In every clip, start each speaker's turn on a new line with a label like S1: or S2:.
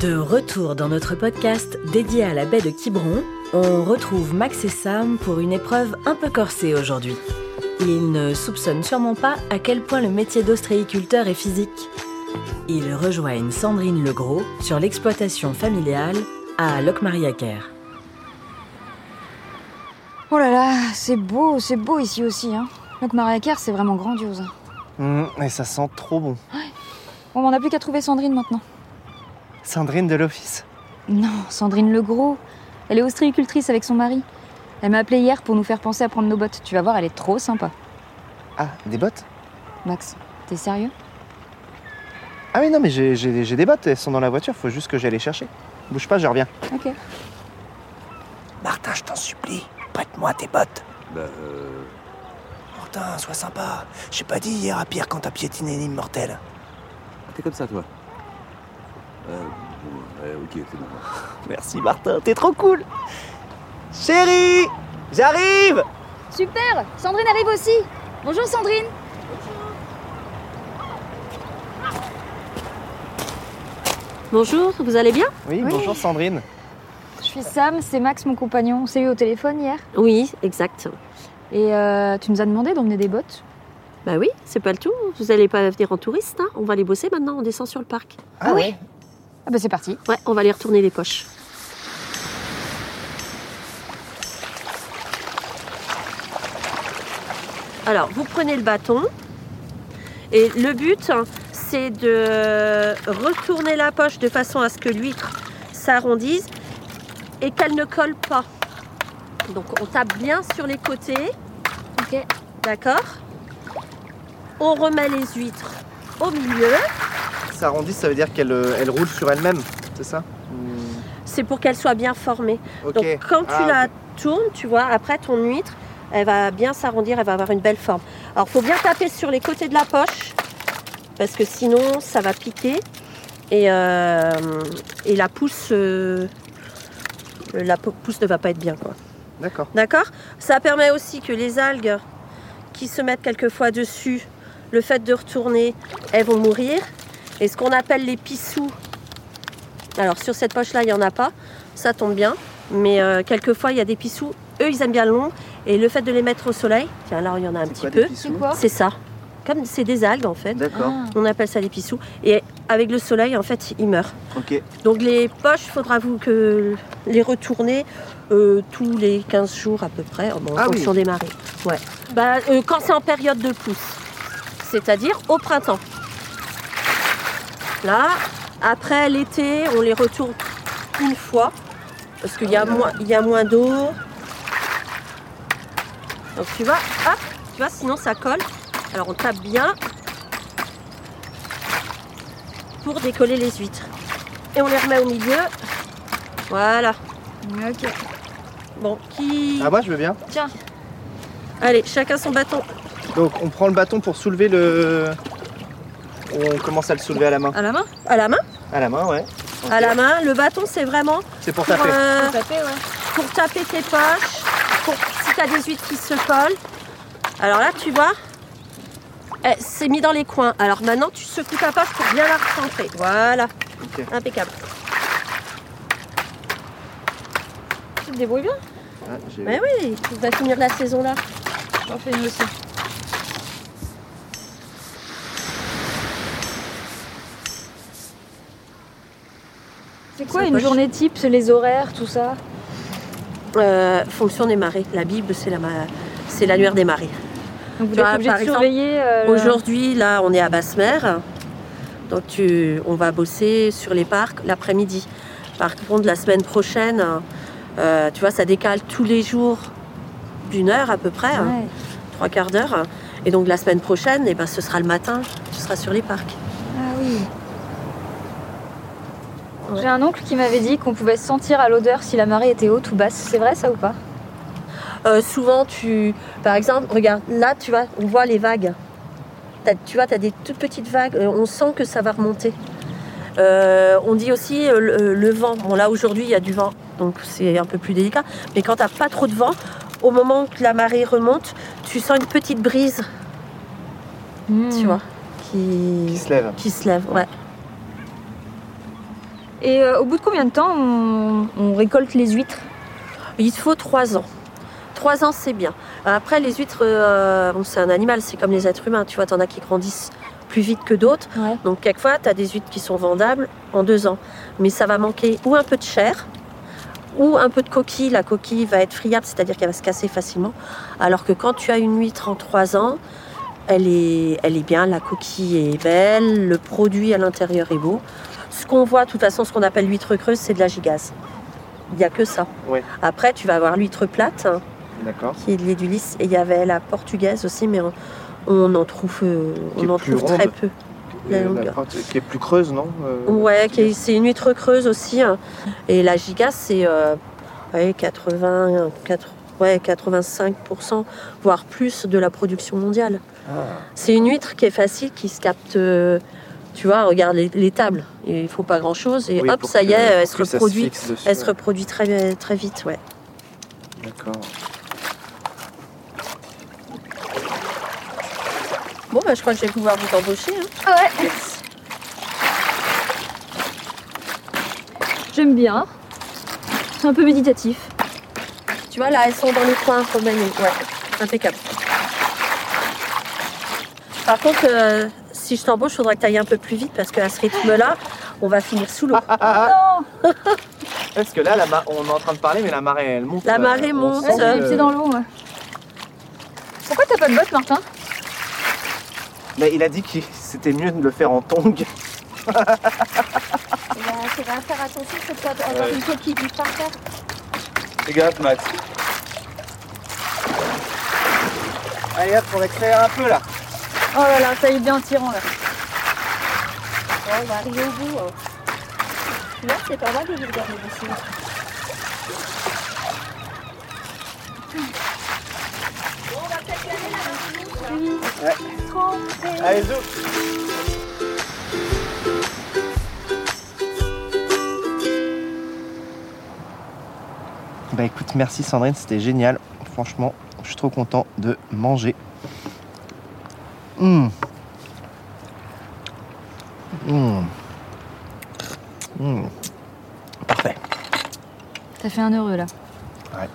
S1: De retour dans notre podcast dédié à la baie de Quiberon, on retrouve Max et Sam pour une épreuve un peu corsée aujourd'hui. Ils ne soupçonnent sûrement pas à quel point le métier d'ostréiculteur est physique. Ils rejoignent Sandrine Legros sur l'exploitation familiale à Locmariacaire.
S2: Oh là là, c'est beau, c'est beau ici aussi. Hein. Donc Mariacaire, c'est vraiment grandiose.
S3: Mmh, et ça sent trop bon.
S2: Bon, on n'a plus qu'à trouver Sandrine maintenant.
S3: Sandrine de l'office.
S2: Non, Sandrine Legros. Elle est ostréicultrice avec son mari. Elle m'a appelé hier pour nous faire penser à prendre nos bottes. Tu vas voir, elle est trop sympa.
S3: Ah, des bottes
S2: Max, t'es sérieux
S3: Ah oui, non, mais j'ai- j'ai j'ai des bottes, elles sont dans la voiture, faut juste que j'aille les chercher. Bouge pas, je reviens.
S2: Ok.
S4: Martin, je t'en supplie, prête-moi tes bottes.
S5: Bah, euh,
S4: Martin, sois sympa. J'ai pas dit hier à Pierre quand t'as piétiné l'immortel.
S5: t'es comme ça, toi. Euh, bon, ouais, ok, c'est bon.
S4: Merci Martin, t'es trop cool. Chérie, j'arrive
S2: Super Sandrine arrive aussi Bonjour Sandrine
S6: Bonjour, vous allez bien
S3: Oui,
S2: Oui.
S3: bonjour Sandrine.
S2: Je suis Sam, c'est Max mon compagnon. On s'est eu au téléphone hier.
S6: Oui, exact.
S2: Et euh, tu nous as demandé d'emmener des bottes.
S6: Bah oui, c'est pas le tout. Vous n'allez pas venir en touriste, hein. On va aller bosser maintenant, on descend sur le parc.
S3: Ah
S2: oui Ah bah c'est parti.
S6: Ouais, on va aller retourner les poches. Alors, vous prenez le bâton. Et le but, hein, c'est de retourner la poche de façon à ce que l'huître s'arrondisse et qu'elle ne colle pas. Donc, on tape bien sur les côtés.
S2: Ok.
S6: D'accord On remet les huîtres au milieu.
S3: S'arrondit, ça veut dire qu'elle euh, elle roule sur elle-même, c'est ça Mmh,
S6: C'est pour qu'elles soient bien formées.
S3: Ok.
S6: Donc quand tu
S3: Ah,
S6: la
S3: ok.
S6: tournes, tu vois, après ton huître, elle va bien s'arrondir, elle va avoir une belle forme. Alors faut bien taper sur les côtés de la poche, parce que sinon ça va piquer. Et, euh, et la pousse, euh, la pou- pousse ne va pas être bien. quoi.
S3: D'accord.
S6: D'accord Ça permet aussi que les algues qui se mettent quelquefois dessus, le fait de retourner, elles vont mourir. Et ce qu'on appelle les pissous, alors sur cette poche-là, il n'y en a pas, ça tombe bien. Mais euh, quelquefois, il y a des pissous, eux, ils aiment bien l'ombre. Et le fait de les mettre au soleil, tiens, là, il y en a un
S3: C'est
S6: petit
S3: quoi, des
S6: peu.
S3: pissous
S2: C'est quoi
S6: C'est ça. Comme c'est des algues, en fait.
S3: D'accord,
S2: Ah.
S6: On appelle ça des pissous. Et avec le soleil, en fait, ils meurent.
S3: ok.
S6: Donc les poches, faudra vous que les retourner euh, tous les 15 jours à peu près, en
S3: Ah oui.
S6: fonction des marées. Ouais. Bah, euh, quand c'est en période de pousse, c'est-à-dire au printemps. Là, après l'été, on les retourne une fois, parce qu'il y, a moins- il y a moins d'eau. Donc tu vois, hop, tu vois, sinon ça colle. Alors on tape bien pour décoller les huîtres. Et on les remet au milieu. Voilà.
S2: Ok.
S6: Bon, qui.
S3: Ah, moi, je veux bien.
S6: Allez, chacun son bâton.
S3: Donc, on prend le bâton pour soulever le. On commence à le soulever à la main.
S6: À la main À la main
S3: À la main, ouais.
S6: À la main. Le bâton, c'est vraiment
S3: C'est pour
S6: pour,
S3: taper.
S6: euh, pour taper tes poches. Pour, si t'as des huîtres qui se collent. Alors là, tu vois, eh, c'est mis dans les coins. Alors maintenant, tu secoues ta poche pour bien la recentrer. Voilà.
S3: Ok.
S6: Impeccable.
S2: Tu te débrouilles bien
S3: Ah, j'ai-
S6: Mais oui, tu vas finir la saison là.
S2: J'en fais une aussi. C'est quoi
S6: C'est
S2: une
S6: poche.
S2: journée type C'est les horaires, tout ça
S6: Euh, fonction des marées. La Bible, c'est la ma- c'est l'annuaire des marées.
S2: Donc vous
S6: Tu
S2: êtes
S6: vois,
S2: obligé de
S6: par exemple,
S2: surveiller. euh, le-
S6: Aujourd'hui, là, on est à basse mer. Donc, tu- on va bosser sur les parcs l'après-midi. Par contre, la semaine prochaine, euh, tu vois, ça décale tous les jours d'une heure à peu près, hein,
S2: Ouais.
S6: trois quarts d'heure. Et donc, la semaine prochaine, eh ben, ce sera le matin, tu seras sur les parcs.
S2: Ah oui.
S6: Ouais.
S2: J'ai un oncle qui m'avait dit qu'on pouvait sentir à l'odeur si la marée était haute ou basse. C'est vrai ça ou pas
S6: Euh, souvent, tu, par exemple, regarde, là, tu vois, on voit les vagues. T'as- tu vois, tu as des toutes petites vagues, euh, on sent que ça va remonter. Euh, on dit aussi euh, le, le vent. Bon, là, aujourd'hui, il y a du vent, donc c'est un peu plus délicat. Mais quand tu pas trop de vent, au moment que la marée remonte, tu sens une petite brise, tu vois,
S3: Qui
S2: Hmm.
S6: qui,
S3: se lève.
S6: qui se lève. Ouais.
S2: Et euh, au bout de combien de temps on, on récolte les huîtres
S6: Il te faut trois ans. Trois ans, c'est bien. Après, les huîtres, euh, bon, c'est un animal, c'est comme les êtres humains, tu vois, t'en as qui grandissent plus vite que d'autres.
S2: Ouais.
S6: Donc, quelquefois, t'as des huîtres qui sont vendables en deux ans. Mais ça va manquer ou un peu de chair, ou un peu de coquille. La coquille va être friable, c'est-à-dire qu'elle va se casser facilement. Alors que quand tu as une huître en trois ans, elle est, elle est bien, la coquille est belle, le produit à l'intérieur est beau. Ce qu'on voit, de toute façon, ce qu'on appelle l'huître creuse, c'est de la gigasse. Il n'y a que ça.
S3: Ouais.
S6: Après, tu vas avoir l'huître plate, hein,
S3: D'accord.
S6: qui est de l'édulis, et il y avait la portugaise aussi, mais on, on en trouve, euh,
S3: Qui
S6: on
S3: est
S6: en
S3: plus
S6: trouve très
S3: ronde.
S6: peu. La
S3: Et la
S6: longueur.
S3: pâte qui est plus creuse, non Euh,
S6: Ouais,
S3: qui-
S6: qui est- c'est une huître creuse aussi. hein. Et la giga, c'est euh, ouais, 80, 80, ouais, 85%, voire plus de la production mondiale.
S3: Ah,
S6: C'est une huître qui est facile, qui se capte. euh, tu vois, regarde les, les tables. Il faut pas grand-chose. Et
S3: oui,
S6: hop,
S3: pour
S6: ça
S3: que-
S6: y est, elle
S3: pour
S6: se
S3: que ça
S6: reproduit.
S3: fixe dessus.
S6: Elle se reproduit très, très vite, ouais.
S3: D'accord.
S6: Bon, bah, je crois que je vais pouvoir vous embaucher. hein.
S2: Ouais. J'aime bien. C'est un peu méditatif.
S6: Tu vois, là, elles sont dans le coin remaniées. Ouais, impeccable. Par contre, euh, si je t'embauche, il faudra que tu ailles un peu plus vite parce qu'à ce rythme-là, on va finir sous l'eau.
S2: Non
S3: Parce que là, la ma- on est en train de parler, mais la marée, elle monte.
S6: La
S3: euh,
S6: marée
S3: on
S6: monte.
S3: sent
S2: Ouais, j'ai
S3: que-
S2: les pieds dans l'eau, moi. Pourquoi t'as pas de bottes, Martin
S3: Mais il a dit que c'était mieux de le faire en tongs.
S7: Tu vas faire attention, Bah, c'est pas avoir
S5: Ouais.
S7: une coquille du par terre.
S5: Fais gaffe, Max.
S3: Allez hop, on accélère un peu là.
S2: Oh là là, ça y est bien tirant, là.
S7: on va arriver au bout. hein. Là, c'est pas mal de le regarder d'ici.
S3: Allez, zou Bah écoute, merci Sandrine, c'était génial. Franchement, je suis trop content de manger. Mmh. Mmh. Mmh. Parfait.
S2: T'as fait un heureux, là.
S3: Ouais.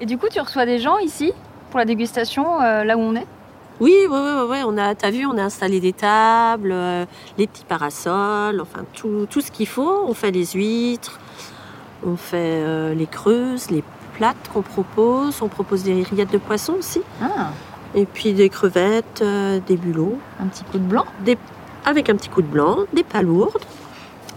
S2: Et du coup, tu reçois des gens ici pour la dégustation, euh, là où on est
S6: Oui, oui, oui, oui, on a, t'as vu, on a installé des tables, euh, les petits parasols, enfin tout, tout ce qu'il faut. On fait les huîtres, on fait euh, les creuses, les plates qu'on propose, on propose des rillettes de poisson aussi,
S2: Ah,
S6: et puis des crevettes, euh, des bulots.
S2: un petit coup de blanc.
S6: avec un petit coup de blanc, des palourdes.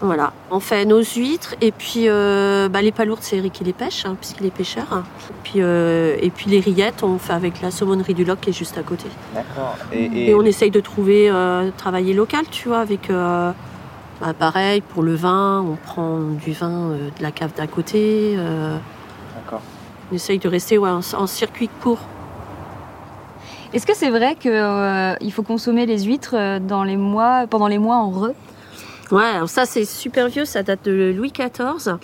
S6: Voilà, on fait nos huîtres et puis euh, bah, les palourdes, c'est Eric qui les pêche, hein, puisqu'il est pêcheur. hein. Et, puis, euh, et puis les rillettes, on fait avec la saumonnerie du Loc qui est juste à côté.
S3: D'accord. Et,
S6: Et, on essaye de trouver, euh, travailler local, tu vois, avec. euh, bah, pareil, pour le vin, on prend du vin euh, de la cave d'à côté. euh,
S3: D'accord.
S6: on essaye de rester ouais, en, en circuit court.
S2: Est-ce que c'est vrai qu'il faut consommer les huîtres euh, dans les mois, pendant les mois en re
S6: Ouais, alors ça c'est super vieux, ça date de Louis XIV,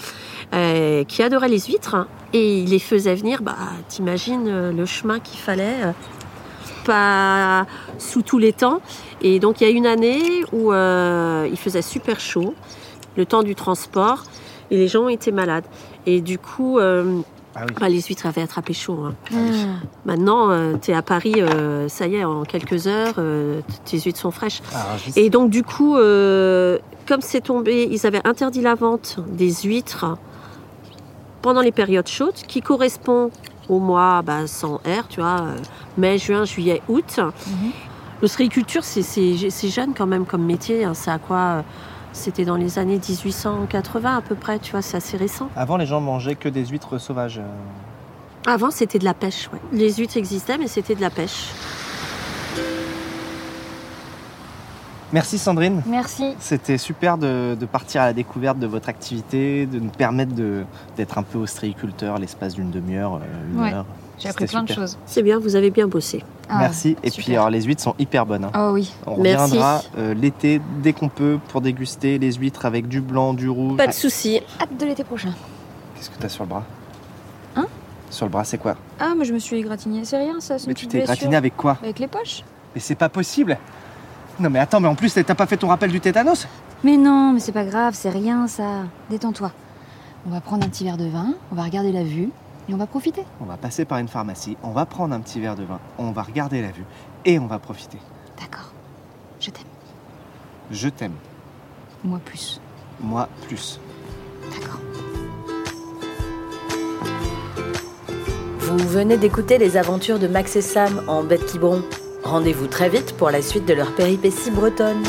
S6: euh, qui adorait les huîtres hein, et il les faisait venir. Bah, t'imagines euh, le chemin qu'il fallait, euh, pas sous tous les temps. Et donc il y a une année où euh, il faisait super chaud, le temps du transport, et les gens étaient malades. Et du coup, euh,
S3: Ah oui.
S6: bah, les huîtres avaient attrapé chaud. hein.
S2: Hmm.
S6: Maintenant, euh, t'es à Paris, euh, ça y est, en quelques heures, euh, tes huîtres sont fraîches.
S3: Ah, juste-
S6: Et donc, du coup, euh, comme c'est tombé, ils avaient interdit la vente des huîtres pendant les périodes chaudes, qui correspond au mois bah, sans R, tu vois, euh, mai, juin, juillet, août. L'ostréiculture, c'est- c'est c'est jeune quand même comme métier. hein. c'est à quoi euh, C'était dans les années 1880 à peu près, tu vois, c'est assez récent.
S3: Avant, les gens mangeaient que des huîtres sauvages. euh.
S6: Avant, c'était de la pêche, ouais. Les huîtres existaient, mais c'était de la pêche.
S3: Merci Sandrine.
S2: Merci.
S3: C'était super de, de partir à la découverte de votre activité, de nous permettre de- d'être un peu ostréiculteur l'espace d'une demi-heure, euh, une
S2: Ouais,
S3: heure.
S2: J'ai appris
S3: C'était
S2: plein de
S3: super.
S2: choses.
S6: C'est bien, vous avez bien bossé.
S2: Ah,
S3: Merci. Et
S2: super.
S3: puis alors les huîtres sont hyper bonnes. hein.
S2: Oh oui.
S3: On
S6: Merci.
S3: reviendra euh, l'été dès qu'on peut pour déguster les huîtres avec du blanc, du rouge. Ah,
S6: Pas de souci.
S2: Hâte de l'été prochain.
S3: Qu'est-ce que t'as sur le bras
S2: Hein
S3: Sur le bras, c'est quoi
S2: Ah, mais je me suis égratignée. C'est rien, ça, c'est
S3: Mais
S2: une
S3: tu
S2: petite
S3: t'es
S2: blessure.
S3: gratiné avec quoi
S2: Avec les poches
S3: Mais c'est pas possible Non mais attends, mais en plus t'as pas fait ton rappel du tétanos
S2: Mais non, mais c'est pas grave, c'est rien ça. Détends-toi. On va prendre un petit verre de vin, on va regarder la vue et on va profiter.
S3: On va passer par une pharmacie, on va prendre un petit verre de vin, on va regarder la vue et on va profiter.
S2: D'accord. Je t'aime.
S3: Je t'aime,
S2: Moi plus.
S3: moi plus.
S2: D'accord.
S1: Vous venez d'écouter les aventures de Max et Sam en Bête Quiberon. Rendez-vous très vite pour la suite de leur péripétie bretonne.